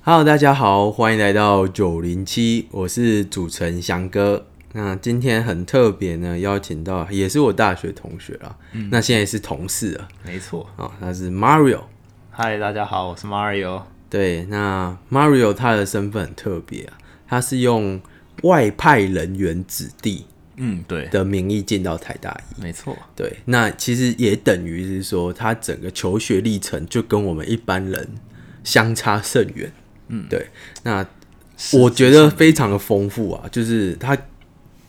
Hello，大家好，欢迎来到九零七，我是主持人翔哥。那今天很特别呢，邀请到也是我大学同学啦，那现在是同事了没错。啊、哦，他是 Mario。嗨，大家好，我是 Mario。对，那 Mario 他的身份很特别啊，他是用外派人员子弟嗯，对，的名义进到台大一。没错。对，那其实也等于是说，他整个求学历程就跟我们一般人相差甚远。嗯，对。那我觉得非常的丰富啊，就是他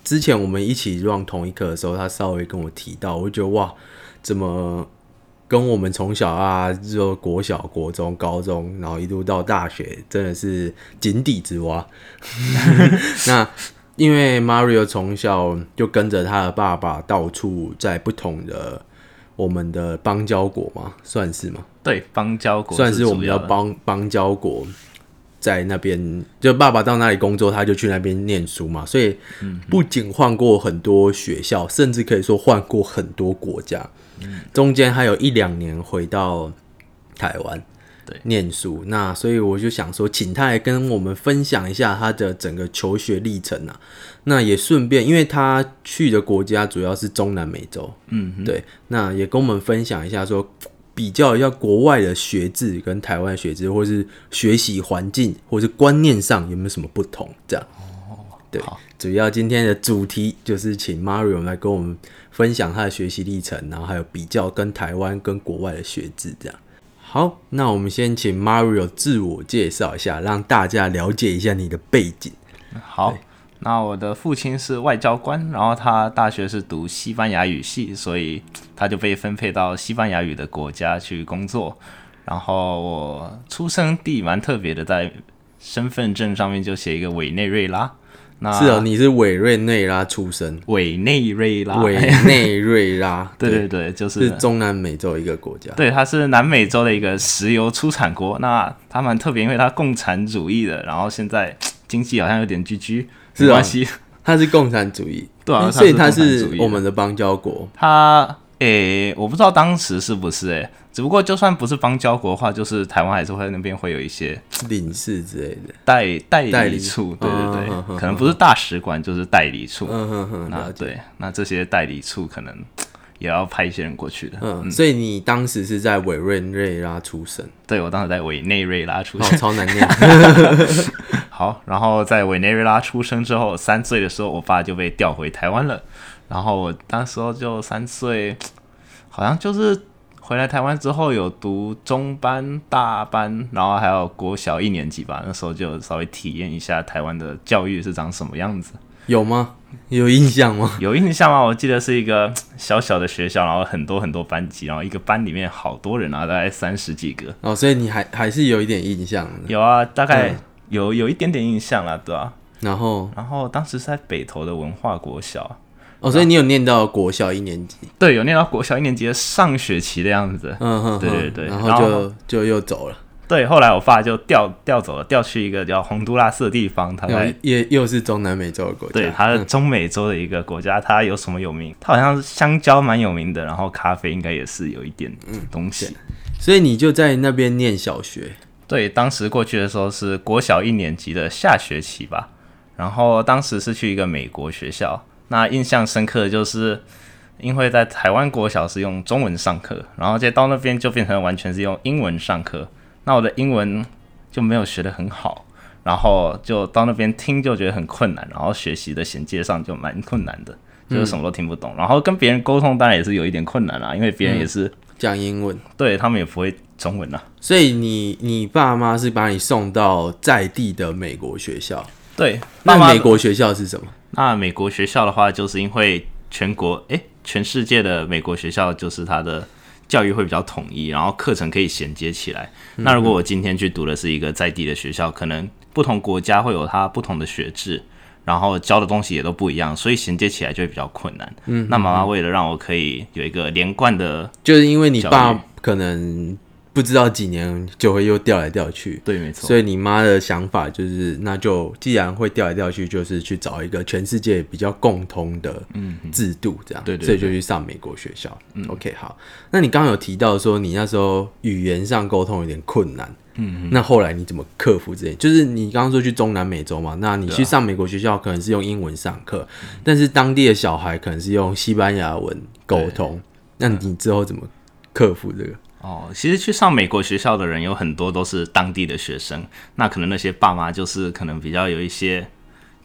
之前我们一起 run 同一课的时候，他稍微跟我提到，我就觉得哇，怎么跟我们从小啊，就国小、国中、高中，然后一路到大学，真的是井底之蛙。 那因为 Mario 从小就跟着他的爸爸到处在不同的我们的邦交国嘛，算是吗？对，邦交国算是我们主要的的邦邦交国，在那边就爸爸到那里工作，他就去那边念书嘛，所以嗯不仅换过很多学校，甚至可以说换过很多国家，嗯中间还有一两年回到台湾。对念书那，所以我就想说，请他来跟我们分享一下他的整个求学历程啊。那也顺便，因为他去的国家主要是中南美洲，嗯哼，对，那也跟我们分享一下说，比较一下国外的学制跟台湾的学制，或是学习环境，或是观念上有没有什么不同？这样，对哦好，主要今天的主题就是请 Mario 来跟我们分享他的学习历程，然后还有比较跟台湾跟国外的学制这样。好，那我们先请 Mario 自我介绍一下，让大家了解一下你的背景。好。那我的父亲是外交官，然后他大学是读西班牙语系，所以他就被分配到西班牙语的国家去工作。然后我出生地蛮特别的，在身份证上面就写一个委内瑞拉。那是哦，你是委内瑞拉出生，委内瑞拉，委内瑞拉， 对对对，就是是中南美洲一个国家。对，它是南美洲的一个石油出产国。那它蛮特别，因为它共产主义的，然后现在经济好像有点居居，是没啊关系。他是共产主义，对啊嗯他是所以他共产是主义的我们的邦交国，它诶、我不知道当时是不是诶、只不过就算不是邦交国的话，就是台湾还是会那边会有一些领事之类的。代代代理理处，对对对，嗯嗯嗯嗯可能不是大使馆就是代理处。嗯哼哼，那了解。对，那这些代理处可能也要派一些人过去的。嗯，所以你当时是在委内瑞拉出 生，对我当时在委内瑞拉出哦生，，超难念。好，然后在委内瑞拉出生之后，三岁的时候，我爸就被调回台湾了。然后我当时候就三岁，好像就是回来台湾之后有读中班、大班，然后还有国小一年级吧。那时候就稍微体验一下台湾的教育是长什么样子， 有吗？有印象吗？有印象吗？我记得是一个小小的学校，然后很多很多班级，然后一个班里面好多人啊，大概三十几个。哦，所以你还还是有一点印象的。有啊，大概嗯有有一点点印象啦，对吧、然后，然后当时是在北投的文化国小。哦，所以你有念到国小一年级，对，有念到国小一年级的上学期的样子。嗯哼哼，对对对然然后后就就又走了，对，后来我爸就调调走了，调去一个叫洪都拉斯的地方，他又在。也又是中南美洲的国家，对，他是中美洲的一个国家，他有什么有名？他好像是香蕉蛮有名的，然后咖啡应该也是有一点东西。所以你就在那边念小学，对，当时过去的时候是国小一年级的下学期吧，然后当时是去一个美国学校，那印象深刻的就是。因为在台湾国小是用中文上课，然后再到那边就变成完全是用英文上课。那我的英文就没有学得很好，然后就到那边听就觉得很困难，然后学习的衔接上就蛮困难的，就是什么都听不懂。然后跟别人沟通当然也是有一点困难啦、因为嗯别人也是、讲英文。对他们也不会中文啊。所以你你爸妈是把你送到在地的美国学校，对，爸妈那美国学校是什么？那美国学校的话，就是因为全国诶，全世界的美国学校就是它的教育会比较统一，然后课程可以衔接起来。那如果我今天去读的是一个在地的学校，可能不同国家会有它不同的学制。然后教的东西也都不一样，所以衔接起来就会比较困难。嗯嗯，那妈妈为了让我可以有一个连贯的就是因为你爸教育可能不知道几年就会又掉来掉去。对，没错。所以你妈的想法就是，那就既然会掉来掉去，就是去找一个全世界比较共通的制度，这样。对对所以就去上美国学校。嗯，OK，好。那你刚刚有提到说你那时候语言上沟通有点困难。嗯，那后来你怎么克服这些？就是你刚刚说去中南美洲嘛，那你去上美国学校可能是用英文上课，但是当地的小孩可能是用西班牙文沟通。那你之后怎么克服这个？哦，其实去上美国学校的人有很多都是当地的学生，那可能那些爸妈就是可能比较有一些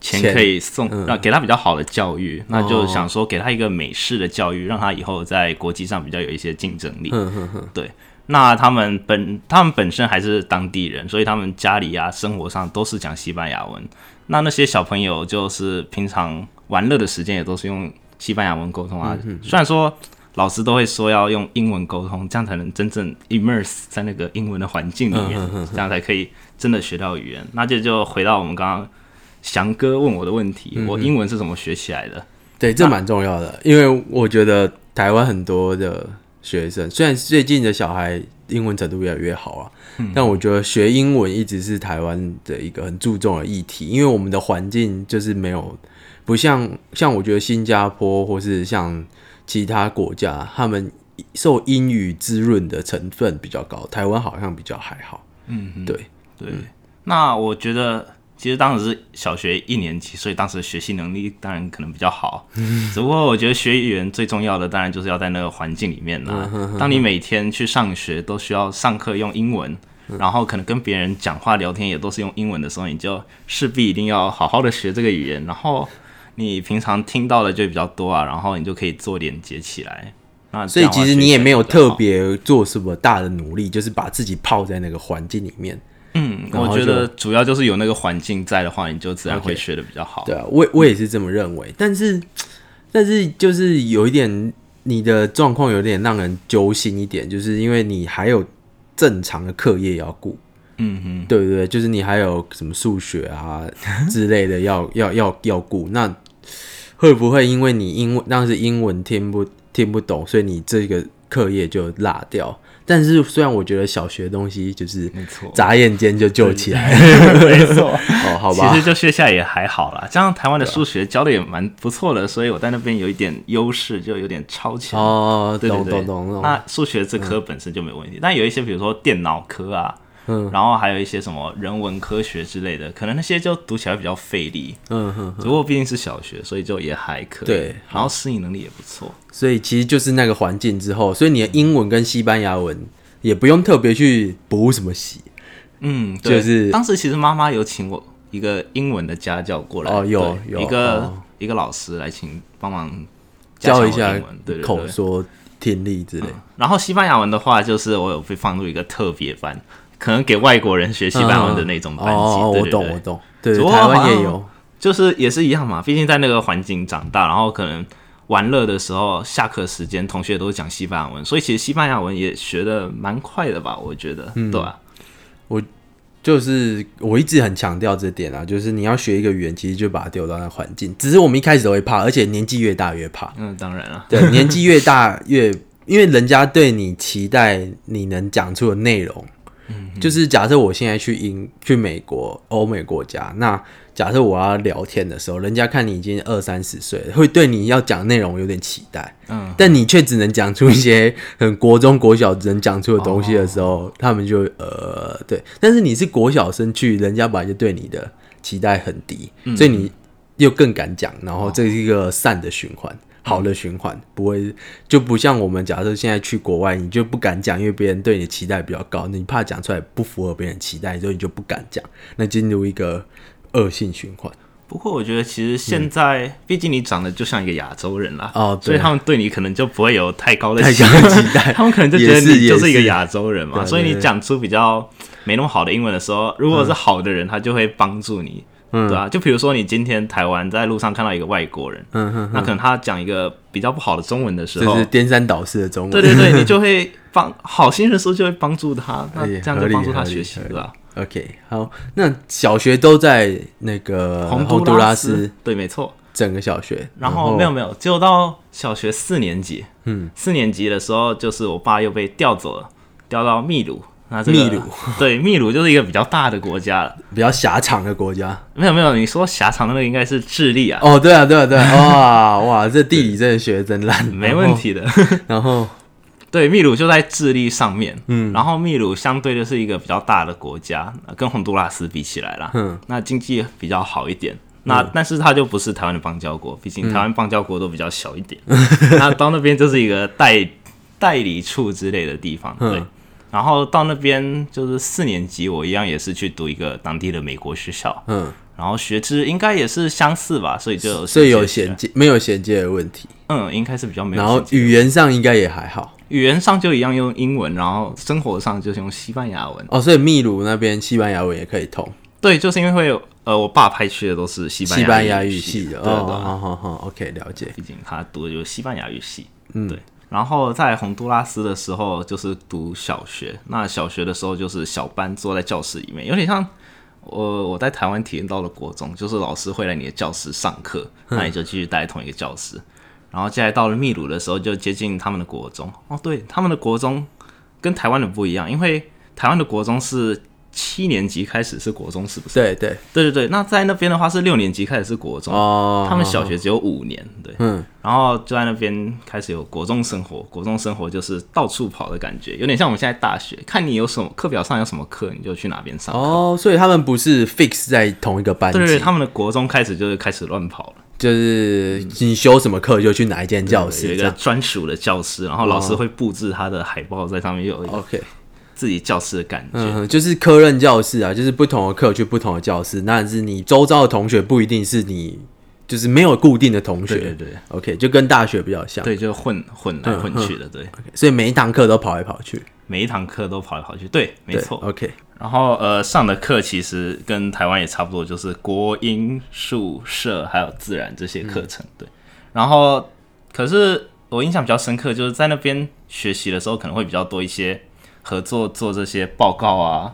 钱钱可以送，嗯让、给他比较好的教哦育，那就想说给他一个美式的教育，让他以后在国际上比较有一些竞争力。嗯哼哼，对，那他们本他们本身还是当地人，所以他们家里啊、生活上都是讲西班牙文。那那些小朋友就是平常玩乐的时间也都是用西班牙文沟通啊。嗯虽然说老师都会说要用英文沟通，这样才能真正 immerse 在那个英文的环境里嗯面，这样才可以真的学到语言。那这就回到我们刚刚翔哥问我的问题，嗯我英文是怎么学起来的？对，这蛮重要的，因为我觉得台湾很多的学生，虽然最近的小孩英文程度越来越好啊，但我觉得学英文一直是台湾的一个很注重的议题，因为我们的环境就是没有不像像我觉得新加坡或是像其他国家，他们受英语滋润的成分比较高，台湾好像比较还好。嗯，对，对，那我觉得其实当时是小学一年级，所以当时学习能力当然可能比较好。嗯只不过我觉得学语言最重要的当然就是要在那个环境里面啦、嗯当你每天去上学都需要上课用英文。嗯然后可能跟别人讲话聊天也都是用英文的时候，你就势必一定要好好的学这个语言。然后你平常听到的就比较多啊，然后你就可以做连接起来。那所这以样的话其实学你起也来没有比较特好别做什么大的努力，就是把自己泡在那个环境里面。嗯，然我后觉就得主要就是有那个环境在的话，你就自然会 OK 学的比较好。对啊，我我也是这么认为，但是但是就是有一点，你的状况有点让人揪心一点，就是因为你还有正常的课业要顾，嗯哼，对不对？就是你还有什么数学啊之类的要要要要顾，那会不会因为你英文当时英文听不听不懂，所以你这个课业就落掉？但是虽然我觉得小学的东西就是没错眨眼间就救起来了，没错。哦，好吧啊其，实就学下来也还好啦，加上台湾的数学教的也蛮不错的，所以我在那边有一点优势，就有点超前。哦， 对对懂对懂懂嗯懂，那数学这科本身就没有问题，但有一些比如说电脑科啊，嗯，然后还有一些什么人文科学之类的，可能那些就读起来比较费力。嗯哼。不过毕竟是小学，所以就也还可以。对，然后适应能力也不错。所以其实就是那个环境之后，所以你的英文跟西班牙文也不用特别去补什么习嗯，对就是当时其实妈妈有请我一个英文的家教过来，哦有对有一个、哦一个老师来请帮忙加强教我一下英文对对对口说、听力之类。然后西班牙文的话，就是我有被放入一个特别班，可能给外国人学西班牙文的那种班级。哦，哦对我对懂对我懂，对，只对不过台湾也好像有，就是也是一样嘛，毕竟在那个环境长大，然后可能玩乐的时候，下课时间同学都讲西班牙文，所以其实西班牙文也学的蛮快的吧，我觉得，嗯对啊吧、就是我一直很强调这点啊，就是你要学一个语言，其实就把它丢到那个环境。只是我们一开始都会怕，而且年纪越大越怕。嗯，当然了，对，年纪越大越，因为人家对你期待你能讲出的内容，就是假设我现在去英去美国欧美国家，那假设我要聊天的时候，人家看你已经二三十岁了，会对你要讲内容有点期待，嗯，但你却只能讲出一些很国中国小只能讲出的东西的时候，他们就呃对，但是你是国小生去，人家本来就对你的期待很低，所以你又更敢讲，然哦后这是一个善的循嗯环。好的循环不会就不像我们假设现在去国外，你就不敢讲，因为别人对你的期待比较高，你怕讲出来不符合别人期待，所以你就不敢讲，那进入一个恶性循环。不过我觉得其实现在，毕竟你长得就像一个亚洲人啦，嗯哦对所以他们对你可能就不会有太高的太期高的期待 他们可能就觉也得是你就是一个也是亚洲人嘛，对所以对你对讲出比较没那么好的英文的时候，如果是好的人，他就会帮助你，嗯对吧、就比如说你今天台湾在路上看到一个外国人，嗯哼，那可能他讲一个比较不好的中文的时就候是，颠三倒四的中文。对 对对，你就会帮好心人说就会帮助他，那哎呀这样合就理帮助他合理学习，合理对吧？ OK，好，那小学都在那个洪呃都拉拉斯，对，没错。整个小学，然后没有没有，只有到小学四年级，嗯，四年级的时候，就是我爸又被调走了，调到秘鲁。那这个秘鲁 对秘鲁就是一个比较大的国家了。比较狭长的国家。没有没有，你说狭长的那个应该是智利啊，哦，对啊，对啊，对啊，哇哇，这地理真的学的真烂，没问题的。然后。然后对，秘鲁就在智利上面，嗯，然后秘鲁相对就是一个比较大的国家，呃跟洪都拉斯比起来啦，嗯，那经济比较好一点。那、但是它就不是台湾的邦交国，毕嗯竟台湾邦交国都比较小 一点。那到那边就是一个代代理处之类的地方，嗯对。然后到那边就是四年级，我一样也是去读一个当地的美国学校，嗯，然后学制应该也是相似吧，所以就所以有衔接衔接没有衔接的问题，嗯，应该是比较没有然衔接。后语言上应该也还好语言上就一样用英文，然后生活上就是用西班牙文。哦，所以秘鲁那边西班牙文也可以通，对，就是因为会有呃，我爸派去的都是西西班班牙语语系的的，对啊哦，对对好好好，OK，了解，毕竟他读的就是西班牙语系。嗯，对。然后在洪都拉斯的时候，就是读小学。那小学的时候就是小班坐在教室里面，有点像我我在台湾体验到了国中，就是老师会来你的教室上课，那你就继续待在同一个教室。然后接下来到了秘鲁的时候，就接近他们的国中。哦，对，他们的国中跟台湾的不一样，因为台湾的国中是七年级开始是国中，是不是？对对，对对对。那在那边的话是六年级开始是国中，哦，他们小学只有五年，对，嗯，然后就在那边开始有国中生活，国中生活就是到处跑的感觉，有点像我们现在大学，看你有什么课表上有什么课，你就去哪边上。哦，所以他们不是 fix 在同一个班级，对对，对他们的国中开始就是开始乱跑了，就是你修什么课就去哪一间教有室一哦这个样专属的教室，然后老师会布置他的海报在上面，有一个，OK，自己教室的感觉。嗯，就是科任教室啊，就是不同的课去不同的教室，那是你周遭的同学不一定是你，就是没有固定的同学，对对对 o k 就跟大学比较像，对，就混混来混去的，对，所以每一堂课都跑来跑去，每一堂课都跑来跑去，对，没对错。 ，OK，然后呃，上的课其实跟台湾也差不多，就是国英数社还有自然这些课程。对，然后可是我印象比较深刻，就是在那边学习的时候，可能会比较多一些合作做这些报告啊，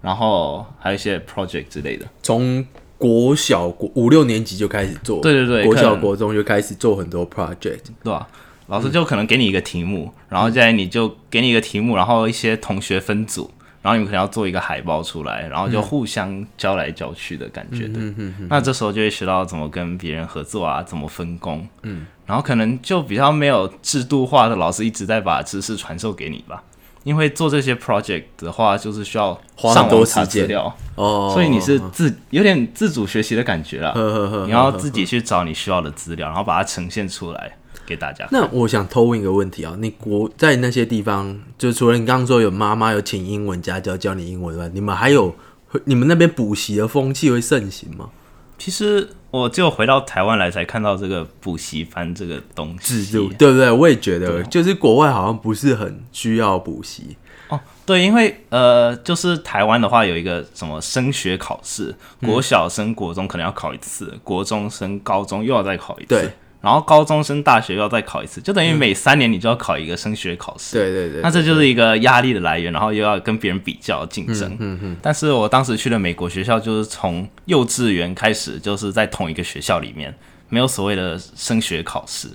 然后还有一些 project 之类的。从国小国五六年级就开始做，对对对国可小能国中就开始做很多 project，对吧、老师就可能给你一个题目，嗯然后再来你就给你一个题目，然后一些同学分组，然后你们可能要做一个海报出来，然后就互相教来教去的感嗯觉。对，那这时候就会学到怎么跟别人合作啊，怎么分工。嗯，然后可能就比较没有制度化的老师一直在把知识传授给你吧。因为做这些 project 的话，就是需要花上很多网查时间资料，哦，所以你是自有点自主学习的感觉啦。呵呵呵，你要自己去找你需要的资料，然后把它呈现出来给大家。那我想偷问一个问题啊，你国在那些地方，就除了你刚刚说有妈妈有请英文家教教你英文以外，你们还有会你们那边补习的风气会盛行吗？其实我只有回到台湾来才看到这个补习班这个东西。制度对不对？我也觉啊得，就是国外好像不是很需要补习，哦，对，因为呃，就是台湾的话有一个什么升学考试，嗯国小升国中可能要考一次，国中升高中又要再考一次，对，嗯然后高中升大学又要再考一次，就等于每三年你就要考一个升学考试。对对对那这就是一个压力的来源，然后又要跟别人比较竞争。嗯嗯。但是我当时去的美国学校，就是从幼稚园开始，就是在同一个学校里面，没有所谓的升学考试，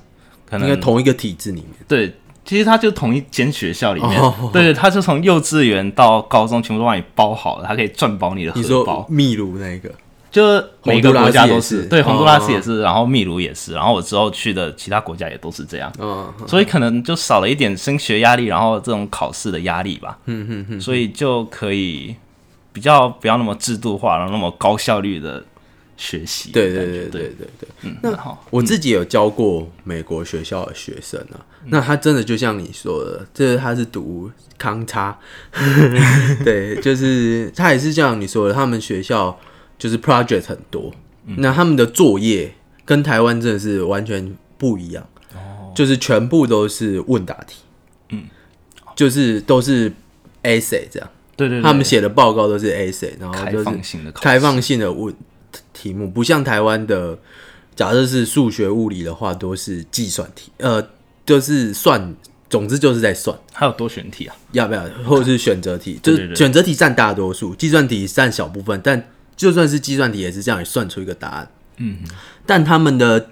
可应该能同一个体制里面，对。其实他就同一间学校里面，哦 对对，他就从幼稚园到高中全部都帮你包好了，他可以赚饱你的你荷说包。秘鲁那个，就是每个国家洪都都拉斯也是，是对，洪都拉斯哦也是，然后秘鲁也是，然后我之后去的其他国家也都是这样。嗯，所以可能就少了一点升学压力，然后这种考试的压力吧。嗯嗯嗯，所以就可以比较不要那么制度化，然后那么高效率的学习。对对对感觉对，对对。嗯，那好，我自己有教过美国学校的学生啊，嗯那他真的就像你说的，这他是读康 差，对，就是他也是像你说的，他们学校就是 project 很多，嗯那他们的作业跟台湾真的是完全不一样，哦就是全部都是问答题，嗯，就是都是 essay 这样，对对，对他们写的报告都是 essay，然后开就是放性的考试开放性的问题目，不像台湾的，假设是数学、物理的话，都是计算题，呃，就是算，总之就是在算，还有多选题啊。要不要，或者是选择题，就对是对选择题占大多数，计算题占小部分，但就算是计算题也是这样，也算出一个答案。嗯，但他们的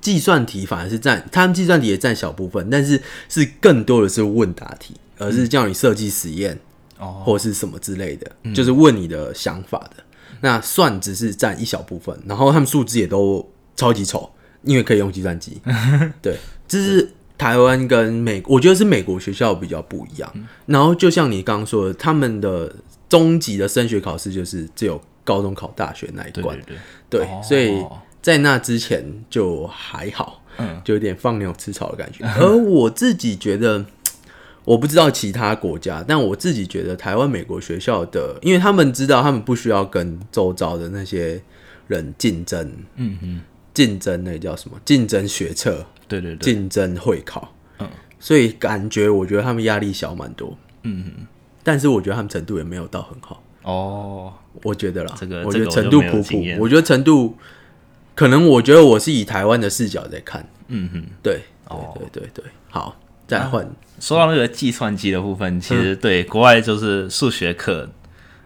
计算题反而是占，他们计算题也占小部分，但是是更多的是问答题，而嗯是叫你设计实验哦，或是什么之类的，就是问你的想法的。那算只是占一小部分，然后他们数字也都超级丑，因为可以用计算机。 对，这是台湾跟美，我觉得是美国学校比较不一样。嗯然后就像你刚刚说的，他们的终极的升学考试就是只有高中考大学那一对关对。对，对，哦所以在那之前就还好，嗯就有点放牛吃草的感觉。而我自己觉得，嗯我不知道其他国家，但我自己觉得台湾、美国学校的，因为他们知道他们不需要跟周遭的那些人竞争，嗯嗯，竞争那叫什么？竞争学测，对对对，竞争会考，嗯，所以感觉我觉得他们压力小蛮多，嗯嗯，但是我觉得他们程度也没有到很好。哦，我觉得啦，这个我觉得这个程我就度没有普普经验，我觉得程度可能，我觉得我是以台湾的视角在看，嗯嗯，对，哦啊对对对对，好，再来换，说到那个计算机的部分，其嗯实对国外就是数学课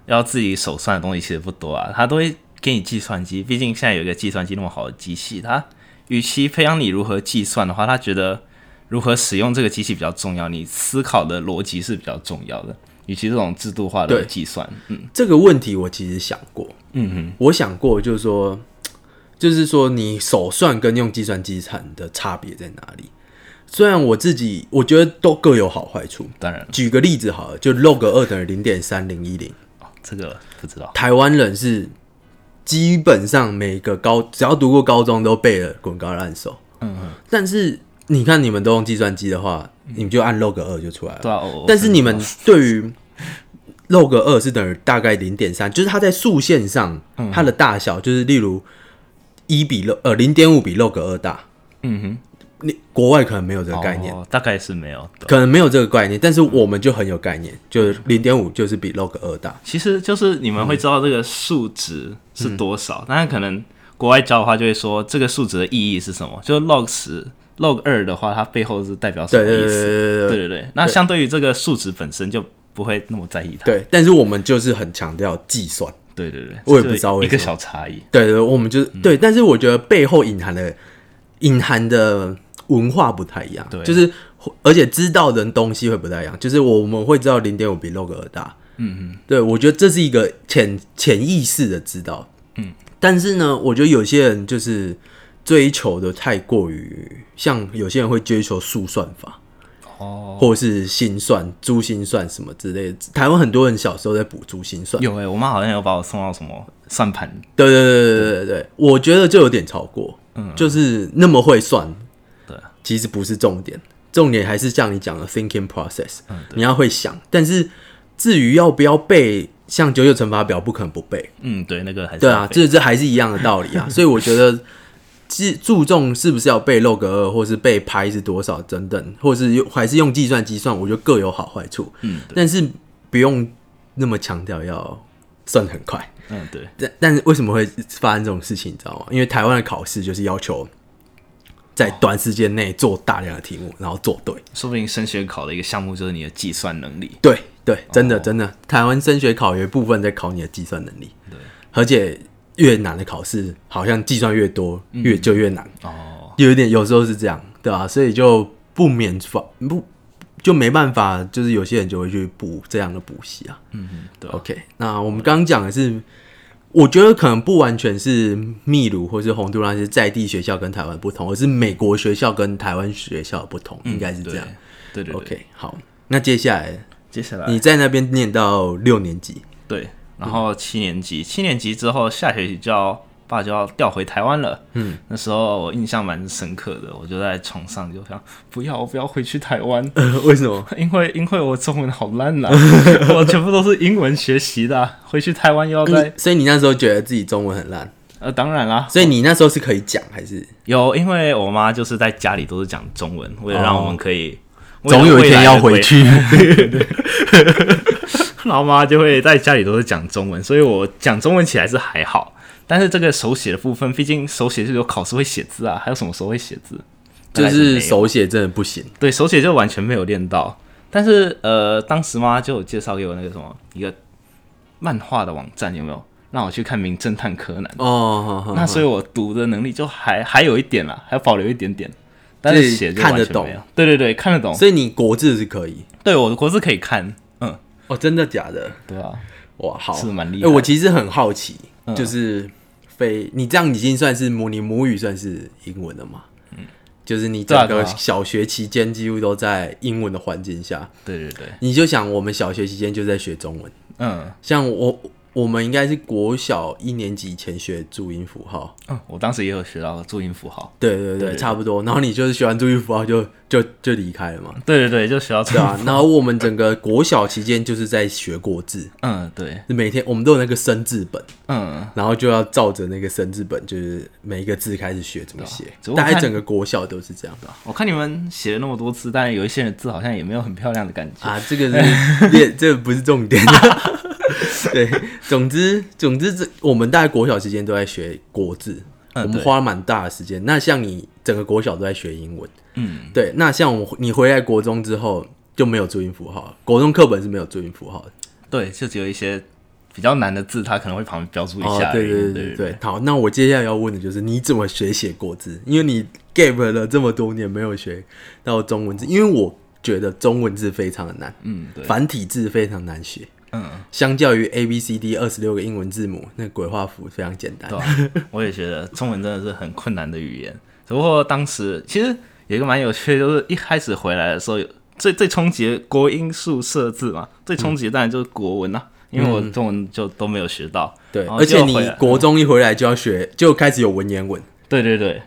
要自己手算的东西其实不多啊，他都会给你计算机。毕竟现在有一个计算机那么好的机器，他与其培养你如何计算的话，他觉得如何使用这个机器比较重要，你思考的逻辑是比较重要的。与其这种制度化的对计算，嗯这个问题我其实想过，嗯哼，我想过就是说，就是说你手算跟用计算机产的差别在哪里？虽然我自己我觉得都各有好坏处，当然了，举个例子好了，就 log 二等于零点三零一零，哦这个不知道，台湾人是基本上每个高只要读过高中都背了滚高烂熟。嗯嗯，但是你看，你们都用计算机的话，你们就按 log 二就出来了。对啊，我但是你们对于 log 二是等于大概零点三，就是它在数线上嗯它的大小，就是例如一比六呃零点五比 log 二大。嗯哼你国外可能没有这个概念，哦大概是没有的。可能没有这个概念，但是我们就很有概念，就是零点五就是比 log 二大。其实就是你们会知道这个数值是多少，但是可能国外教的话就会说这个数值的意义是什么，就是 log 十、log 二的话，它背后是代表什对么对意对思？对对对对那相对于这个数值本身就不会那么在意它。对，但是我们就是很强调计算。对对对，我也不知道这就为一个什么小差异。对对，我们就是、对，但是我觉得背后隐含的隐含的文化不太一样，对就是而且知道的东西会不太一样，就是我们会知道零点五比 log 二大，嗯嗯，对我觉得这是一个潜潜意识的知道，嗯，但是呢，我觉得有些人就是追求的太过于，像有些人会追求速算法，哦，或是心算、珠心算什么之类的，台湾很多人小时候在补珠心算，有诶、我妈好像有把我送到什么算盘。对对对对对对对，我觉得就有点超过，嗯，就是那么会算，对，其实不是重点，重点还是像你讲的 thinking process，、嗯你要会想，但是至于要不要背，像九九乘法表不可能不背，嗯，对，那个还是对啊要，背这这还是一样的道理 啊，所以我觉得。注注重是不是要背 log 二，或是背拍是多少等等，或是用还是用计算机算，我觉得各有好坏处，嗯但是不用那么强调要算得很快，嗯对，但但是为什么会发生这种事情，你知道吗？因为台湾的考试就是要求在短时间内做大量的题目，然后做对。说不定升学考的一个项目就是你的计算能力。对对，真的、哦真的，台湾升学考有一部分在考你的计算能力，对，而且越难的考试好像计算越多，嗯越就越难，哦，有一点有时候是这样，对吧、所以就不免法不就没办法，就是有些人就会去补这样的补习啊。嗯嗯，对啊、 OK，那我们刚刚讲的是，我觉得可能不完全是秘鲁或是洪都拉斯在地学校跟台湾不同，而是美国学校跟台湾学校不同，应该是这样。嗯对。对对对 OK，好，那接下来接下来你在那边念到六年级， 对，嗯然后七年级，七年级之后下学期就要爸就要调回台湾了。嗯，那时候我印象蛮深刻的，我就在床上就想，不要，我不要回去台湾， 呃，为什么？因为因为我中文好烂 呐、我全部都是英文学习的啊、回去台湾又要再你所以你那时候觉得自己中文很烂，呃，当然啦，所以你那时候是可以讲还是？有，因为我妈就是在家里都是讲中文，为了让我们可以。为了总有一未天来的要规回去。 然后妈就会在家里都是讲中文，所以我讲中文起来是还好，但是这个手写的部分，毕竟手写是有考试会写字啊，还有什么时候会写字？大 就概没有是手写真的不行，对手写就完全没有练到。但是呃，当时妈就有介绍给我那个什么一个漫画的网站，有没有让我去看《名侦探柯南》哦，好好那所以我读的能力就还还有一点啦，还保留一点点。但是写就看完得全懂没有。对对对，看得懂。所以你国字是可以对我的国字可以看，嗯，哦，真的假的？对啊，哇，好，是蛮厉哎害嗯我其实很好奇，就是非你这样已经算是母你母语算是英文了嘛？就是你对啊整嗯对啊个小学期间几乎都在英文的环境下，对对对，你就想我们小学期间就在学中文，嗯像我我们应该是国小一年级以前学注音符号，嗯，我当时也有学到注音符号，对对对，差不多。然后你就是学完注音符号就就就离开 了嘛，对对对，就学到注对音，啊。然后我们整个国小期间就是在学国字，嗯对，每天我们都有那个生字本，嗯然后就要照着那个生字本，就是每一个字开始学怎么写啊只不。过大概看整个国小都是这样我看你们写了那么多字，但有一些人字好像也没有很漂亮的感觉，啊，这个是 也这个不是重点。 对，总之总之这我们大概国小期间都在学国字，嗯我们对花蛮大的时间。那像你整个国小都在学英文，嗯，对，那像我你回来国中之后就没有注音符号了，国中课本是没有注音符号的。对，就只有一些比较难的字，它可能会旁边标注一下哦，而对已，对对对对。好，那我接下来要问的就是你怎么学写国字？因为你 gap 了这么多年没有学到中文字，因为我觉得中文字非常的难，嗯对，繁体字非常难学。嗯相较于 A B C D 二十六个英文字母，那鬼画符非常简单对。啊、我也觉得中文真的是很困难的语言。只不过当时其实有一个蛮有趣的，就是一开始回来的时候，有最最冲击的国音数设字嘛，最冲击的当然就是国文啦、啊因为我中文就都没有学到。对，然后而且哦就你回来嗯国中一回来就要学，就开始有文言文。对 对对，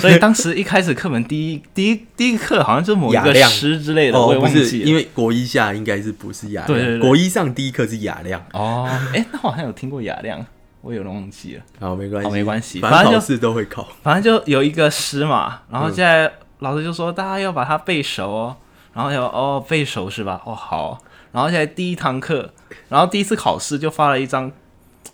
所以当时一开始课本第一第一第一课好像就某一雅个量诗之类的，我哦也，不忘是，记因了。为国一下应该是不是雅量，对对对国一上第一课是雅量。哦，哎，那我好像有听过雅量，我有点忘记了。好，没关系，好没关系哎反反正嗯正考就试都会考。反正就有一个诗嘛，然后接下来老师就说大家要把它背熟哦，然后就哦背熟是吧？哦好，然后现在第一堂课，然后第一次考试就发了一张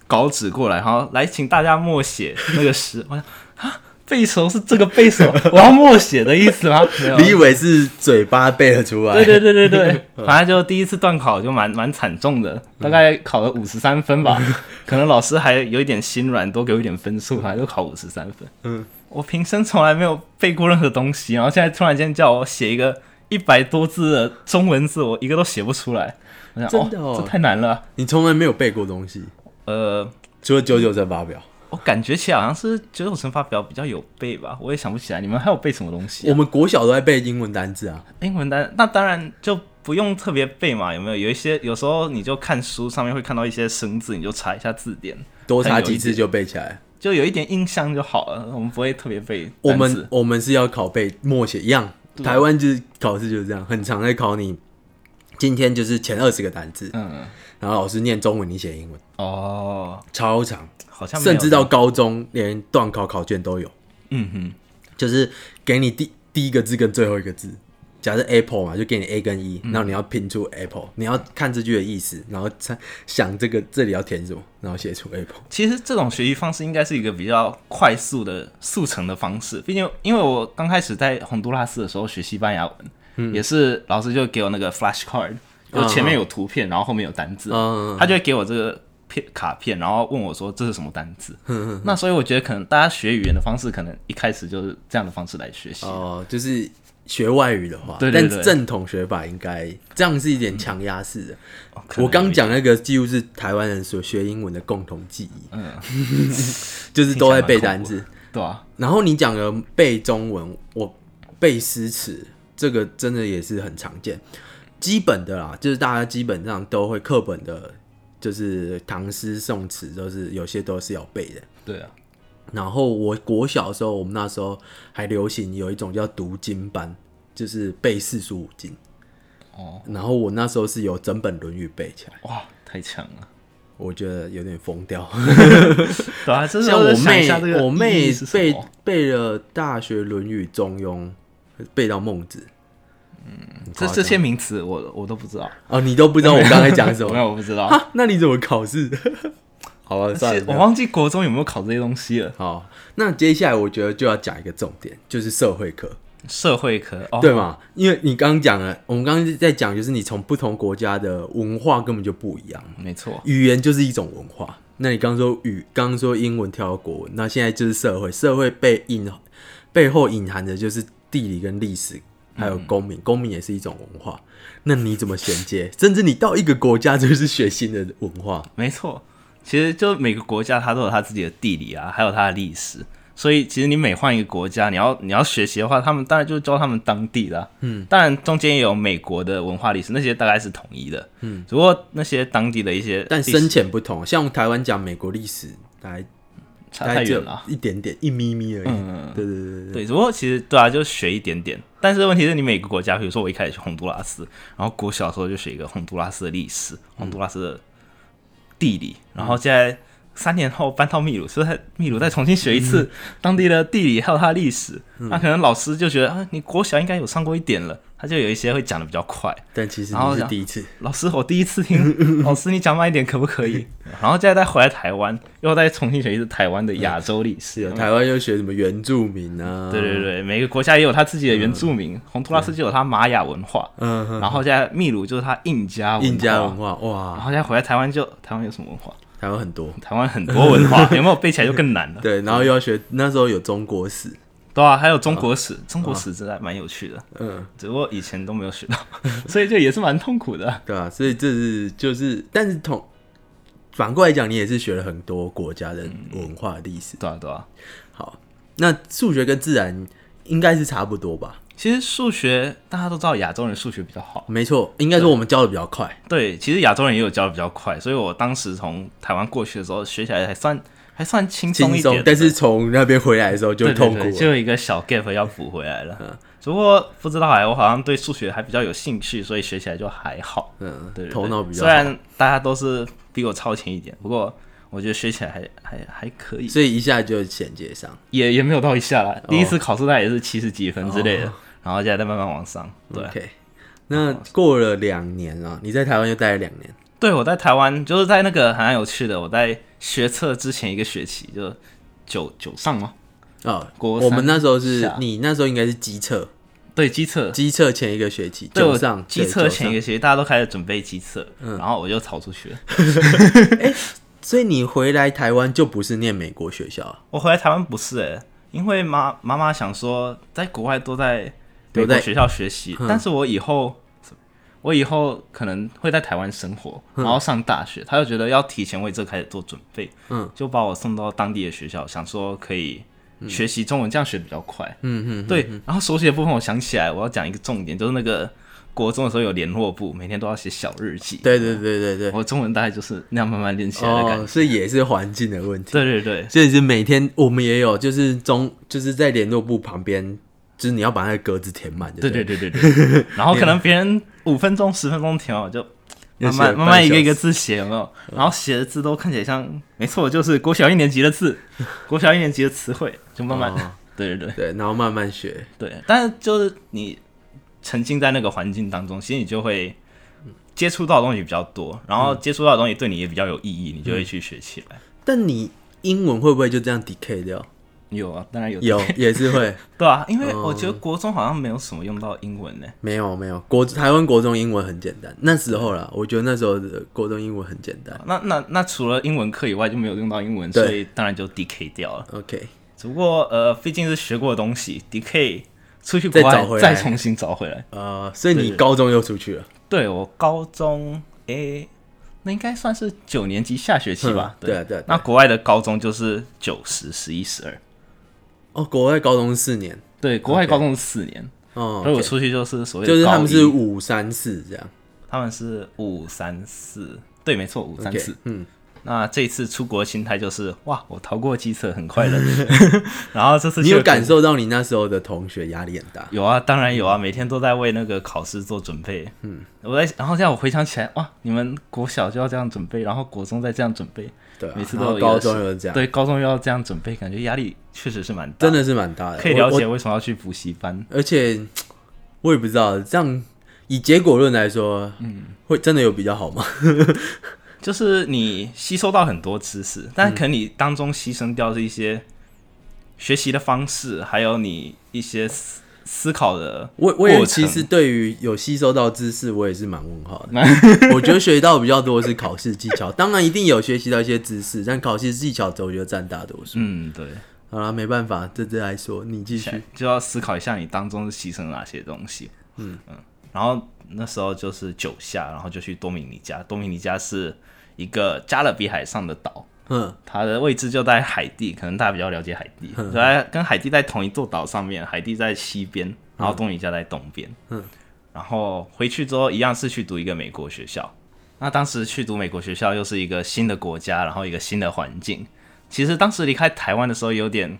稿纸过来，然后来请大家默写那个诗。我想啊，背熟是这个 背熟，我要默写的意思吗？没有你以为是嘴巴背了出来？啊 对对对对对， 嗯反正就第一次段考就蛮蛮惨重的，大概考了五十三分吧， 可能老师还有一点心软，多给我一点分数，反正就考五十三分。嗯，我平生从来没有背过任何东西，啊然后现在突然间叫我写一个一百多字的中文字，我一个都写不出来。我想，真的哦这太难了。你从来没有背过东西，呃，除了九九乘法表。我感觉起来好像是九九乘法表比较有背吧，我也想不起来。你们还有背什么东西啊、我们国小都在背英文单字啊，英文单那当然就不用特别背嘛，有没有？有一些有时候你就看书上面会看到一些生字，你就查一下字典，多查几次就背起来。就有一点印象就好了。我们不会特别背我单啊们字我们是要考背默写一样，台湾就是考试就是这样，很常在考你。今天就是前二十个单字，嗯然后老师念中文，你写英文，哦，超长，好像没有甚至到高中连段考考卷都有，嗯哼就是给你第第一个字跟最后一个字。假设 apple 嘛，就给你 A 跟 E，然后嗯你要拼出 apple，、你要看这句的意思，然后猜想这个这里要填什么，然后写出 apple。其实这种学习方式应该是一个比较快速的速成的方式，毕竟因为我刚开始在洪都拉斯的时候学西班牙文，嗯也是老师就给我那个 flashcard，就前面有图片，然后后面有单字，嗯他就会给我这个片卡片，然后问我说这是什么单字。嗯那所以我觉得可能大家学语言的方式，可能一开始就是这样的方式来学习。哦、就是学外语的话，对对对但正统学法应该这样是一点强压式的。哦可能我刚讲那个几乎是台湾人所学英文的共同记忆，嗯， 就是都在背单字。对啊，然后你讲的背中文，我背诗词，这个真的也是很常见，基本的啦，就是大家基本上都会课本的，就是唐诗宋词都是有些都是要背的。对啊，然后我国小的时候，我们那时候还流行有一种叫读经班，就是背四书五经。哦，然后我那时候是有整本《论语》背起来，哇，太强了。我觉得有点疯 掉。对 啊，这是像我想一妹下这个，我妹意义是什背么背了《大学》《论语》《中庸》，背到《孟子》。嗯，这这些名词我我都不知道，哦，你都不知 道我刚才讲什没么？有我不知道。哈，那你怎么考试？ 好了，算是了，不我要忘记国中有没有考这些东西了。好。那接下来我觉得就要讲一个重点，就是社会课。社会科哦，对嘛？因为你刚刚讲了，我们刚刚在讲，就是你从不同国家的文化根本就不一样，没错，语言就是一种文化。那你刚刚说语，刚刚说英文跳到国文，那现在就是社会，社会背隐背后隐含的就是地理跟历史，还有公民，公民也是一种文化。那你怎么衔接？甚至你到一个国家就是学新的文化，没错，其实就每个国家它都有它自己的地理啊，还有它的历史，所以其实你每换一个国家，你要你要学习的话，他们当然就教他们当地的、嗯，当然中间也有美国的文化历史，那些大概是统一的，嗯，只不过那些当地的一些历史，但深浅不同。像台湾讲美国历史，大概差大太概只远有了啊。一点点，一咪咪而已。嗯对对对对对，对，只不过其实对啊，就学一点点。但是问题是你每个国家，比如说我一开始去洪都拉斯，然后国小的时候就学一个洪都拉斯的历史、洪都拉斯的地理，然后现在三年后搬到秘鲁，所以在秘鲁再重新学嗯一次当地的地理还有它的历史。那可能老师就觉得啊，你国小应该有上过一点了，他就有一些会讲的比较快。但其实然后你是讲第一次，老师，我第一 次听，老师你讲慢一点可不可以？ 然后现在再回来台湾，又再重新学一次台湾的亚洲历史。是啊有台湾又学什么原住民啊？嗯对对对，每个国家也有他自己的原住民，洪都拉斯就有他玛雅文化，嗯哼，然后现在秘鲁就是他印加文化，印加文化然哇，后现在回来台湾就台湾有什么文化？台湾很多。台湾很多文 化，有没有背起来就更难了。对，然后又要学那时候有中国史，对啊，还有中国史，中国史真的还蛮有趣的，嗯，只不过以前都没有学到， 所以就也是蛮痛苦的。对啊，所以这是就是，但是同反过来讲，你也是学了很多国家的文化历史。对啊对啊，好，那数学跟自然应该是差不多吧？其实数学大家都知道亚洲人数学比较好，没错，应该说我们教的比较快。对，其实亚洲人也有教的比较快，所以我当时从台湾过去的时候学起来还算还算轻松轻一松点，，但是从那边回来的时候就对对痛对苦就了。嗯有一个小 gap 要补回来了。只不过不知道哎，我好像对数学还比较有兴趣，所以学起来就还好。嗯，对对对头脑比较虽好，然大家都是比我超前一点，不过我觉得学起来还还还可以，所以一下就衔接上。也也没有到一下哦啦。第一次考试大概也是七十几分之类的，然后现在再慢慢往上。对 OK，那过了两年啊，你在台湾又待了两年，对，我在台湾就是在那个还蛮有趣的，我在学测之前一个学期就九九上嘛，哦，国我们三那时候是下你那时候应该是机测，对机测机测前一个学期，对九我上嗯机测前一个，个学期，大家都开始准备机测，然后我就逃出去了。所以你回来台湾就不是念美国学校啊，我回来台湾不是哎、因为妈妈妈想说，在国外都在都美在嗯国学校学习，但是我以后我以后可能会在台湾生活，然后上大学，她就觉得要提前为这开始做准备，嗯，就把我送到当地的学校，想说可以学习中文，这样学得比较快，嗯嗯，对。然后手写的部分，我想起来我要讲一个重点，就是那个国中的时候有联络部，每天都要写小日记，对对对对对，我中文大概就是那样慢慢练起来的感觉，哦，所以也是环境的问题，对对对，所以是每天我们也有，就是中就是在联络部旁边，就是你要把那个格子填满，对对，对对 对，然后可能别人五分钟十分钟填完，我就要慢写慢半慢慢一个一个嗯字写，有没有？然后写的字都看起来像，没错，就是国小一年级的 字，国小一年级的词汇，就慢慢，哦对对对对，然后慢慢学，对。但是就是你沉浸在那个环境当中，其实你就会接触到的东西比较多，然后接触到的东西对你也比较有意义，你就会去学起来。但你英文会不会就这样 decay 掉？有啊，当然有，有，也是会，对啊，因为我觉得国中好像没有什么用到英文呢、没有没有，国台湾国中英文很简单，那时候啦，我觉得那时候的国中英文很简单。那那那除了英文课以外就没有用到英文，对所以当然就 DK 掉了。 OK，只不过呃，毕竟是学过的东西，DK 出去国再外找回来再重新找回来。呃，所以对你对高中又出去了，对我高中诶、那应该算是九年级下学期吧嗯？对啊对啊对啊那国外的高中就是九十、十一、十二。哦，国外高中是四年，对，国外高中是四年，哦所以我 OK 出去就是所谓的就是他高们一是五三四这样，他们是五三四，对，没错，五三 OK，四。嗯，那这一次出国的心态就是哇，我逃过机测，很快 乐。然后这次你去有了感受到你那时候的同学压力很大，有啊，当然有啊，每天都在为那个考试做准备。嗯，我在，然后现在我回想起来，哇，你们国小就要这样准备，然后国中再这样准备，对、啊，每次然都后有一个高中又是这样，对，高中又要这样准备，感觉压力确实是蛮大。真的是蛮大的，可以了我解为什么要去补习班。我而且我也不知道，这样以结果论来说，嗯，会真的有比较好吗？就是你吸收到很多知识，嗯但可能你当中牺牲掉是一些学习的方式，还有你一些思思考的我我也过其程实对于有吸收到知识，我也是蛮问号的。我觉得学到比较多的是考试技巧，当然一定有学习到一些知识，但考试技巧我觉得占大多数。嗯，对，好啦，没办法，这这来说，你继续。就要思考一下你当中是牺牲了哪些东西。嗯嗯，然后那时候就是九下，然后就去多米尼加。多米尼加是一个加勒比海上的岛，嗯，它的位置就在海地，可能大家比较了解海地，就在跟海地在同一座岛上面，海地在西边，然后多米尼加在东边。嗯，然后回去之后一样是去读一个美国学校。那当时去读美国学校又是一个新的国家，然后一个新的环境。其实当时离开台湾的时候有点。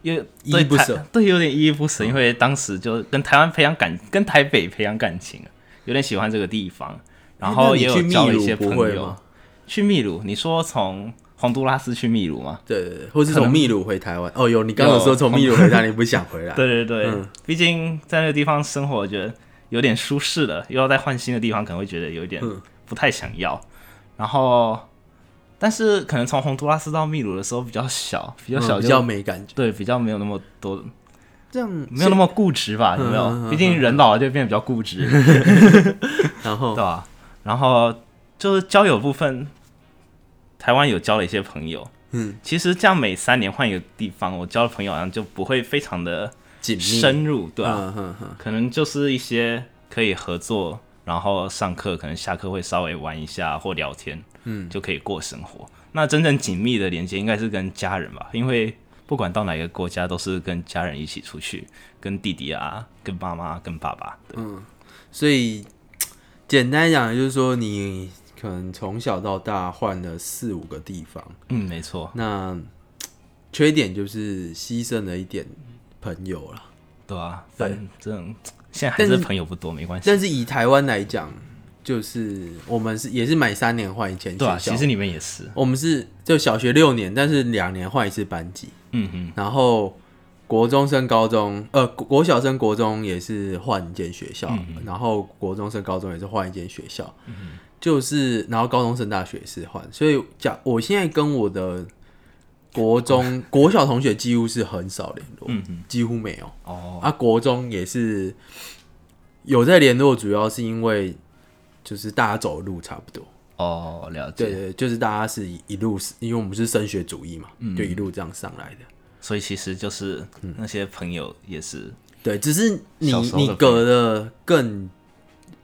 因为依依对不台舍，对，有点依依不舍，因为当时就跟台湾培养感，跟台北培养感情，有点喜欢这个地方，然那后你也有去秘交了一鲁些不朋会友吗。去秘鲁，你说从洪都拉斯去秘鲁吗？对对对，或是从秘鲁回台湾。哦，有你刚刚有说从秘鲁回台，你不想回来？对对对，嗯毕竟在那个地方生活，我觉得有点舒适了，又要再换新的地方，可能会觉得有一点嗯不太想要。然后，但是可能从洪都拉斯到秘鲁的时候比较小，比较嗯，小比就、较没感觉。对，比较没有那么多这样没有那么固执吧？有没嗯嗯嗯有？毕竟人老了就变得比较固执，然对后吧？然后就是交友部分，台湾有交了一些朋友。嗯，其实这样每三年换一个地方，我交的朋友好像就不会非常的紧密，深入，对吧、嗯哼哼，可能就是一些可以合作，然后上课可能下课会稍微玩一下或聊天，嗯，就可以过生活。那真正紧密的连接应该是跟家人吧，因为不管到哪个国家都是跟家人一起出去，跟弟弟啊、跟妈妈、跟爸爸，对，所以简单讲就是说，你可能从小到大换了四五个地方，嗯，没错，那缺点就是牺牲了一点朋友了。对啊，对反正现在还但是是朋友不多，没关系，但是以台湾来讲，就是我们是也是买三年换一间学对校，啊，其实你们也是，我们是就小学六年，但是两年换一次班级，嗯嗯，然后国中升高中，呃，国国小升国中也是换一间学校，嗯然后国中升高中也是换一间学校，嗯就是然后高中升大学也是换，所以讲我现在跟我的国中国小同学几乎是很少联络，嗯嗯几乎没有。哦，啊，国中也是有在联络，主要是因为就是大家走的路差不多。哦，了对解，对，就是大家是一一路，因为我们是升学主义嘛，嗯就一路这样上来的。所以其实就是那些朋友也是，对，只是你小时候的你隔的更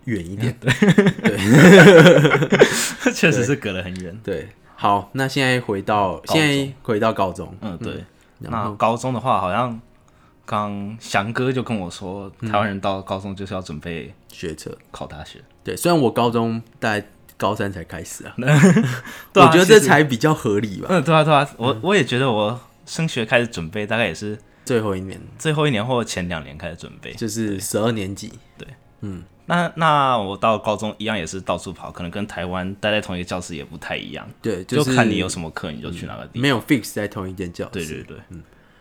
远一 点。 确实是隔得很远，对，好，那现在回到高中现在回到高中，嗯，对。然那后高中的话，好像刚翔哥就跟我说，台湾人到高中就是要准备学车。考大学。对，虽然我高中大概高三才开始啊， 对我啊觉得其这实才比较合理吧。嗯，对啊，对啊，我我也觉得我升学开始准备，大概也是最后一年最后一年或前两年开始准备。就是十二年级，那那我到高中一样也是到处跑，可能跟台湾待在同一个教室也不太一样，对，就是看你有什么课你就去哪个地。没有 fix 在同一间教室。对对对，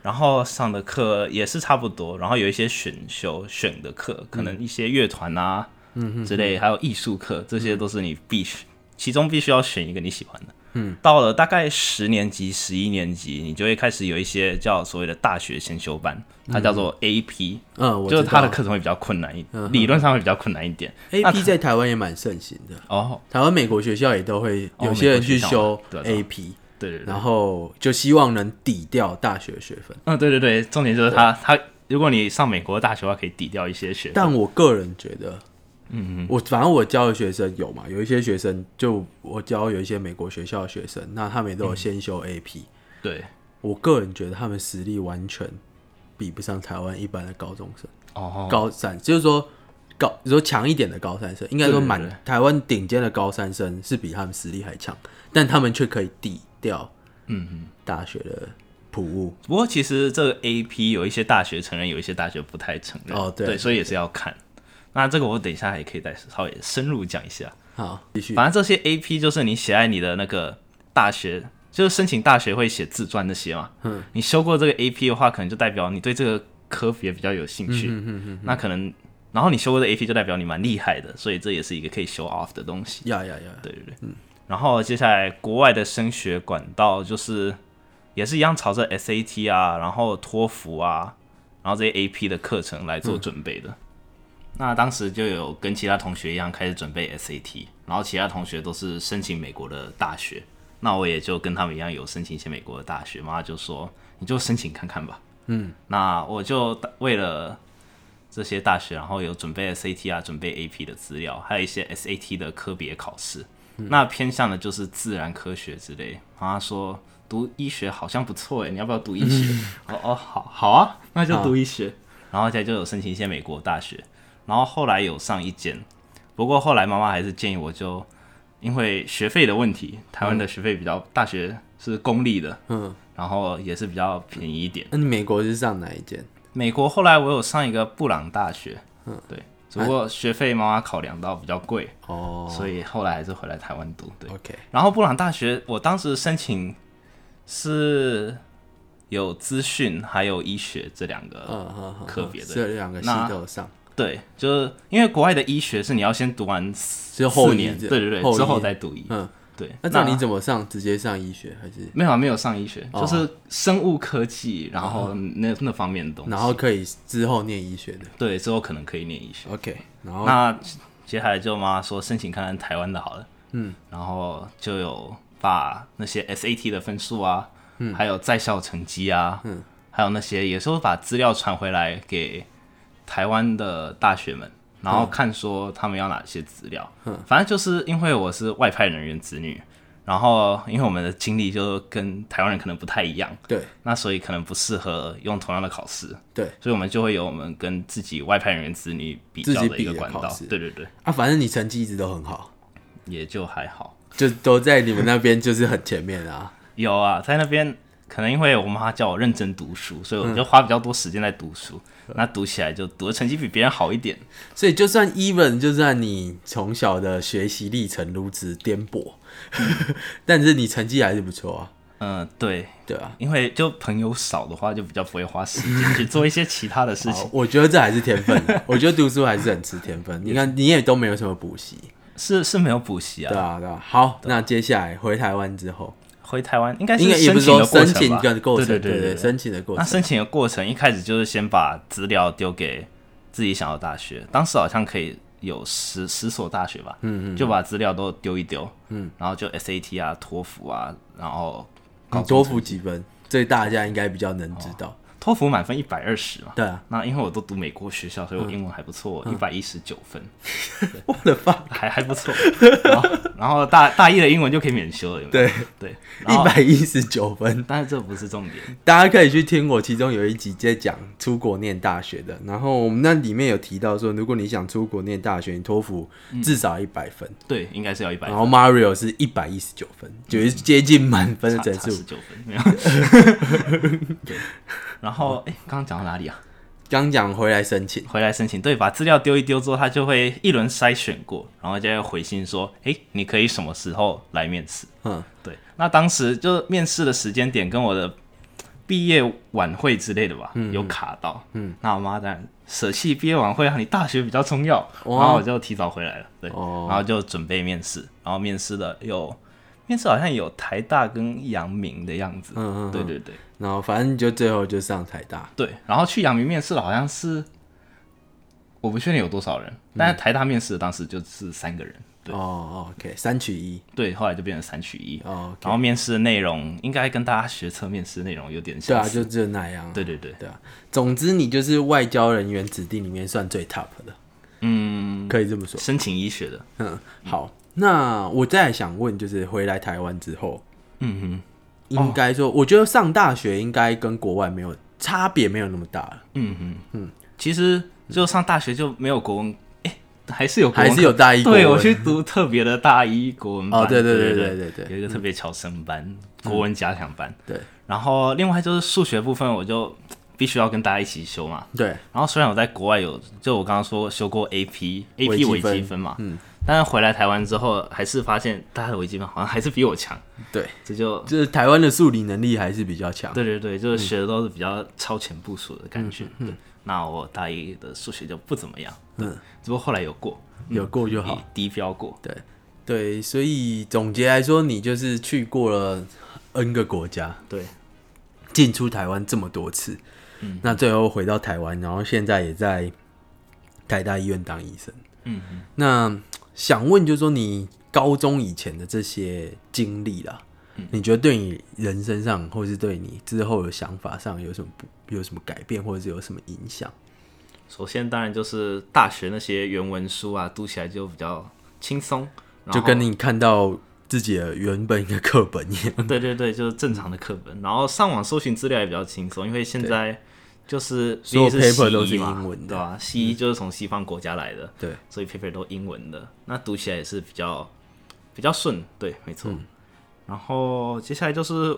然后上的课也是差不多，然后有一些选修选的课，可能一些乐团啊，嗯之类，还有艺术课，这些都是你必须，其中必须要选一个你喜欢的。嗯，到了大概十年级、十一年级，你就会开始有一些叫所谓的大学先修班，它叫做 AP，、嗯，我就是知它道的课程会比较困难一，理论上会比较困难一点。 A P 在台湾也蛮盛行的，哦，台湾美国学校也都会哦有些人去美国学校修嘛对啊对啊 A P，对对对，然后就希望能抵掉大学学分。嗯，对对对，重点就是它它。如果你上美国大学的话，可以抵掉一些学费。但我个人觉得，嗯，我反正我教的学生有嘛，有一些学生就我教有一些美国学校的学生，那他们也都嗯有先修 A P，对，我个人觉得他们实力完全比不上台湾一般的高中生。哦，高三，就是说高，你说强一点的高三生，应该说对对满台湾顶尖的高三生是比他们实力还强，但他们却可以抵掉嗯嗯。大学的普物。不过其实这个 A P 有一些大学承认，有一些大学不太承认。哦对所以也是要看。那这个我等一下也可以再稍微深入讲一下。好，继续。反正这些 A P 就是你写在你的那个大学，就是申请大学会写自传那些嘛。嗯。你修过这个 A P 的话，可能就代表你对这个科别比较有兴趣。嗯嗯嗯。那可能，然后你修过这 A P 就代表你蛮厉害的，所以这也是一个可以 show off 的东西。呀呀呀！对对对，然后接下来国外的升学管道就是也是一样朝着 SAT 啊，然后托福啊，然后这些 AP 的课程来做准备的。那当时就有跟其他同学一样开始准备 SAT，然后其他同学都是申请美国的大学，那我也就跟他们一样有申请一些美国的大学，妈妈就说你就申请看看吧。嗯，那我就为了这些大学，然后有准备了 CT 啊，准备 AP 的资料，还有一些 SAT 的科别考试。嗯那偏向的就是自然科学之类。妈妈说读医学好像不错诶，欸你要不要读医学？嗯哦哦，好好啊，那就读医学。然后再就有申请一些美国大学，然后后来有上一间，不过后来妈妈还是建议我就因为学费的问题，台湾的学费比较大学是公立的，嗯，然后也是比较便宜一点。那你美国是上哪一间？美国后来我有上一个布朗大学，嗯，对，只不过学费妈妈考量到比较贵，哦所以后来还是回来台湾读。对， ，OK，然后布朗大学我当时申请是有资讯还有医学这两个，嗯嗯嗯，科呃别的这两个系那都有上，对，就是因为国外的医学是你要先读完之之后医年，这对对对，后医之后再读医。嗯，对，那这样你怎么上？直接上医学还是？没有啊没有上医学，哦就是生物科技，然后那那方面的东西。然后可以之后念医学的对，之后可能可以念医学。 ，OK，然后那接下来就妈妈说申请看看台湾的好了，嗯，然后就有把那些 SAT 的分数啊，嗯，还有在校成绩啊，嗯，还有那些也是会把资料传回来给台湾的大学们，然后看说他们要哪些资料，嗯，反正就是因为我是外派人员子女。然后，因为我们的经历就跟台湾人可能不太一样，对那所以可能不适合用同样的考试，对所以我们就会有我们跟自己外派人员子女比较的一个管道自己，比对对对，啊，反正你成绩一直都很好，也就还好。就都在你们那边就是很前面啊。有啊，在那边可能因为我妈叫我认真读书，所以我就花比较多时间在读书，嗯那读起来就读的成绩比别人好一点。所以就算 even 就算你从小的学习历程如此颠簸， 但是你成绩还是不错啊，嗯，对，对啊。因为就朋友少的话，就比较不会花时间去做一些其他的事情 好，我觉得这还是天 分，我觉得读书还是很吃天分。你看，你也都没有什么补习，是是没有补习对啊。啊，对啊。好，那接下来回台湾之后，回台湾应该是应该也不申是请说的过申程请吧？的过程，对对对对，申请的过那程，申请的过程一开始就是先把资料丢给自己想要的大学，当时好像可以有十十所大学吧，嗯嗯，就把资料都丢一丢，嗯，然后就 SAT 啊、托福啊，然后高你中多付几分，这大家应该比较能知道。托福满分一百二十嘛，对啊，那因为我都读美国学校，所以我英文还不错，一百一十九分，我的妈，嗯 还还不错。然后 然后大大一的英文就可以免修了，有没有对，对，然一后百一十九分，但是这不是重点，大家可以去听我其中有一集在讲出国念大学的，然后我们那里面有提到说，如果你想出国念大学，你托福至少一百分，对，应该是要嗯一百嗯然后 Mario 是一百一十九分，就是接近满分的差整差十数。九分，没有。 对然后，哎、刚刚讲到哪里啊？刚讲回来申请，回来申请，对，把资料丢一丢之后，他就会一轮筛选过，然后就会回信说，哎、你可以什么时候来面试？嗯，对，那当时就是面试的时间点跟我的毕业晚会之类的吧，有卡到。嗯，那我妈当然舍弃毕业晚会啊，你大学比较重要，然后我就提早回来了。对，哦然后就准备面试，然后面试的有面试好像有台大跟阳明的样子。嗯嗯嗯对对对然后反正就最后就上台大，对，然后去阳明面试的好像是我不确定有多少人，嗯但是台大面试的当时就是三个人。对哦哦，OK，三取一，对，后来就变成三取一。哦，然后面试的内容应该跟大家学测面试的内容有点对像，啊，就就那样，对对对，对啊，总之你就是外交人员指定里面算最 top 的，嗯，可以这么说。申请医学的，嗯，好，那我再想问，就是回来台湾之后，嗯应该说，我觉得上大学应该跟国外没有差别，没有那么大了哼，，嗯哼，嗯，其实就上大学就没有国文，哎、还是有国文还课，是有大一国对我文去读特别的大一国文班，哦对对对对对对对对嗯有一个特别侨生班，国文加强班，对然后另外就是数学部分，我就必须要跟大家一起修嘛，对，然后虽然我在国外有，就我刚刚说修过 AP 微积 AP 微分积分嘛，嗯，但是回来台湾之后，还是发现大家的微积分好像还是比我强，对，这就就是台湾的数理能力还是比较强，对对对，就是学的都是比较超前部署的感觉。对，那我大一的数学就不怎么样，嗯，只不过后来有过，嗯有过就好以。低标过。对对，所以总结来说，你就是去过了 N 个国家，对，进出台湾这么多次，嗯那最后回到台湾，然后现在也在台大医院当医生。嗯，那想问，就是说你高中以前的这些经历啦，嗯你觉得对你人生上，或是对你之后的想法上有什么不有什么改变，或者是有什么影响？首先，当然就是大学那些原文书啊，读起来就比较轻松，然就后跟你看到自己的原本一个课本一样， 对对对，就是正常的课本。然后上网搜寻资料也比较轻松，因为现在就是所有毕竟 paper 西都是医嘛英文的嗯对吧、西医就是从西方国家来的，对，所以 paper 都英文的，那读起来也是比较比较顺，对，没错。嗯然后接下来就是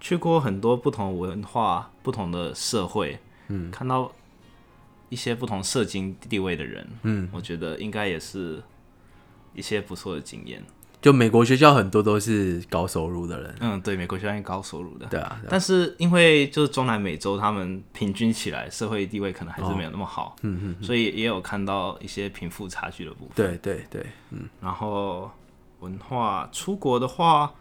去过很多不同文化、不同的社会，嗯，看到一些不同社经地位的人，嗯，我觉得应该也是一些不错的经验。就美国学校很多都是高收入的人，嗯，对，美国学校应该高收入的，对啊，但是因为就是中南美洲，他们平均起来社会地位可能还是没有那么哦好，嗯嗯，所以也有看到一些贫富差距的部分。对对对，然后文化出国的话，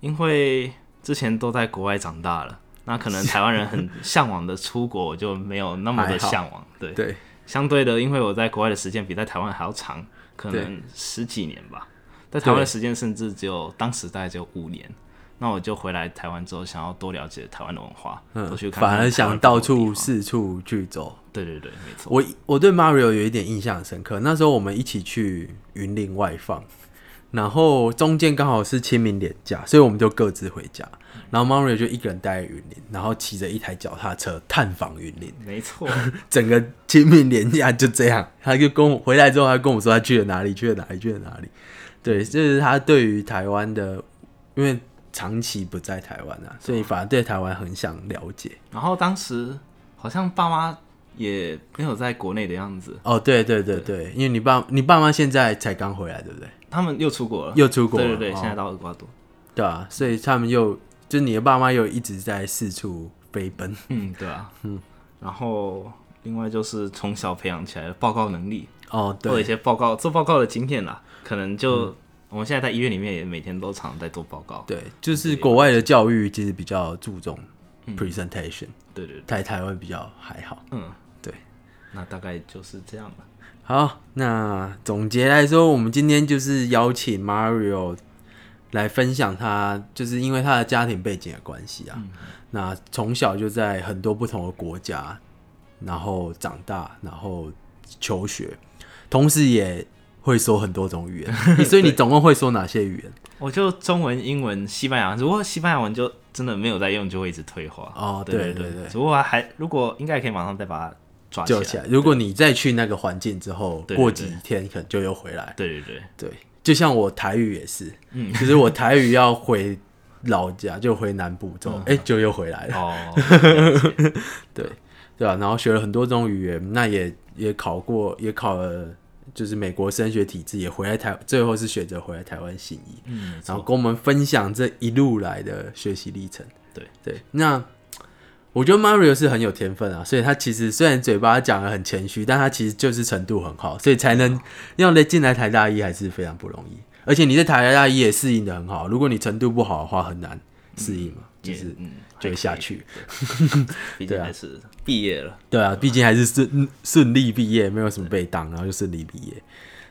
因为之前都在国外长大了，那可能台湾人很向往的出国，我就没有那么的还好向往。对，对，相对的，因为我在国外的时间比在台湾还要长，可能十几年吧。在台湾的时间甚至只有当时大概只有五年。那我就回来台湾之后，想要多了解台湾的文化，多去嗯，看看反而台湾想不同到的地处方。四处去走。对对对，没错。我我对 Mario 有一点印象很深刻，那时候我们一起去云林外放，然后中间刚好是清明连假，所以我们就各自回家。然后 Mario 就一个人待在云林，然后骑着一台脚踏车探访云林，没错，整个清明连假就这样。他就跟我回来之后，他跟我说他去了哪里，去了哪里，去了哪里。对，这、是他对于台湾的，因为长期不在台湾啊，所以反而对台湾很想了解。然后当时好像爸妈也没有在国内的样子，哦，对对对对，因为你爸你爸妈现在才刚回来，对不对？他们又出国了，又出国了对对对，哦现在到厄瓜多。对啊，所以他们又就是你的爸妈又一直在四处飞奔，嗯，对啊，嗯。然后另外就是从小培养起来的报告能力，哦，或者一对，嗯些报告做报告的经验啦，可能就、我们现在在医院里面也每天都常在做报告。对，就是国外的教育其实比较注重嗯 presentation，对对对，在、台湾比较还好。嗯，对，那大概就是这样了。好，那总结来说，我们今天就是邀请 Mario 来分享他，就是因为他的家庭背景的关系嗯啊，那从小就在很多不同的国家，然后长大，然后求学，同时也会说很多种语 言，所以你总共会说哪些语言？我就中文、英文、西班牙，如果西班牙文就真的没有在用，就会一直退化。哦对对对对对如果还如果应该可以马上再把它抓就起起来。来。如果你再去那个环境之后，对对过对几天可能就又回来。对对对， 对，就像我台语也是，嗯，就是我台语要回老家，就回南部之后，嗯哎、就又回来了，哦，对，对吧、然后学了很多种语言，那也也考过，也考了，就是美国升学体制，也回来台，最后是选择回来台湾信义，嗯，没然后错，跟我们分享这一路来的学习历程。对对，那。我觉得 Mario 是很有天分啊，所以他其实虽然嘴巴讲的很谦虚，但他其实就是程度很好，所以才能要来进来台大一还是非常不容易。而且你在台大一也适应的很好，如果你程度不好的话，很难适应嘛，就也是嗯，就会下还可以，去。毕对竟啊还是毕业了。对啊，毕竟还是顺顺利毕业，没有什么被当，然后就顺利毕业。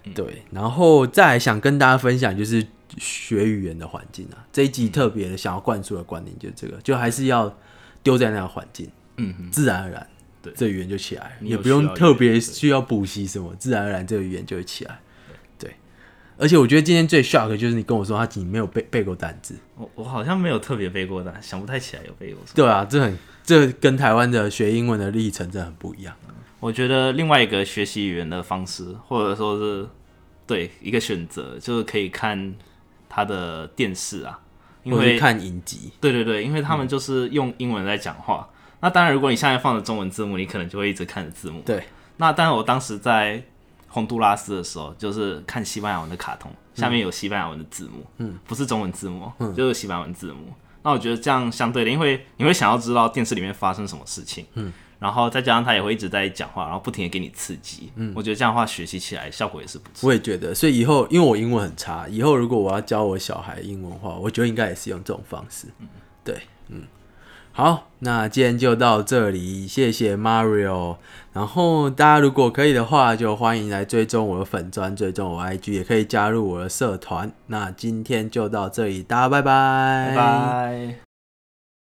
嗯对，然后再来想跟大家分享就是学语言的环境啊，这一集特别的想要灌输的观点就是这个，就还是要丢在那个环境，嗯哼，自然而然，对这语言就起来了，你也有不用需要特别语言需要补习什么，自然而然这个语言就会起来。对，而且我觉得今天最 shock 的就是你跟我说他你没有背背过单字，我我好像没有特别背过的，想不太起来有背过什么。对啊，这很这跟台湾的学英文的历程真的很不一样。我觉得另外一个学习语言的方式，或者说是对一个选择，就是可以看他的电视啊，因我去为看影集，对对对，因为他们就是用英文在讲话。那当然，如果你现在放着中文字幕，你可能就会一直看着字幕。对，那当然，我当时在洪都拉斯的时候，就是看西班牙文的卡通，下面有西班牙文的字幕，嗯，不是中文字幕，就是西班牙文字幕。那我觉得这样相对的，因为你会想要知道电视里面发生什么事情，嗯，然后再加上他也会一直在讲话，然后不停的给你刺激，嗯，我觉得这样的话学习起来效果也是不错。我也觉得，所以以后因为我英文很差，以后如果我要教我小孩英文的话，我觉得应该也是用这种方式。对，嗯，好，那今天就到这里，谢谢 Mario。然后大家如果可以的话，就欢迎来追踪我的粉砖，追踪我 IG，也可以加入我的社团。那今天就到这里，大家拜拜，拜拜。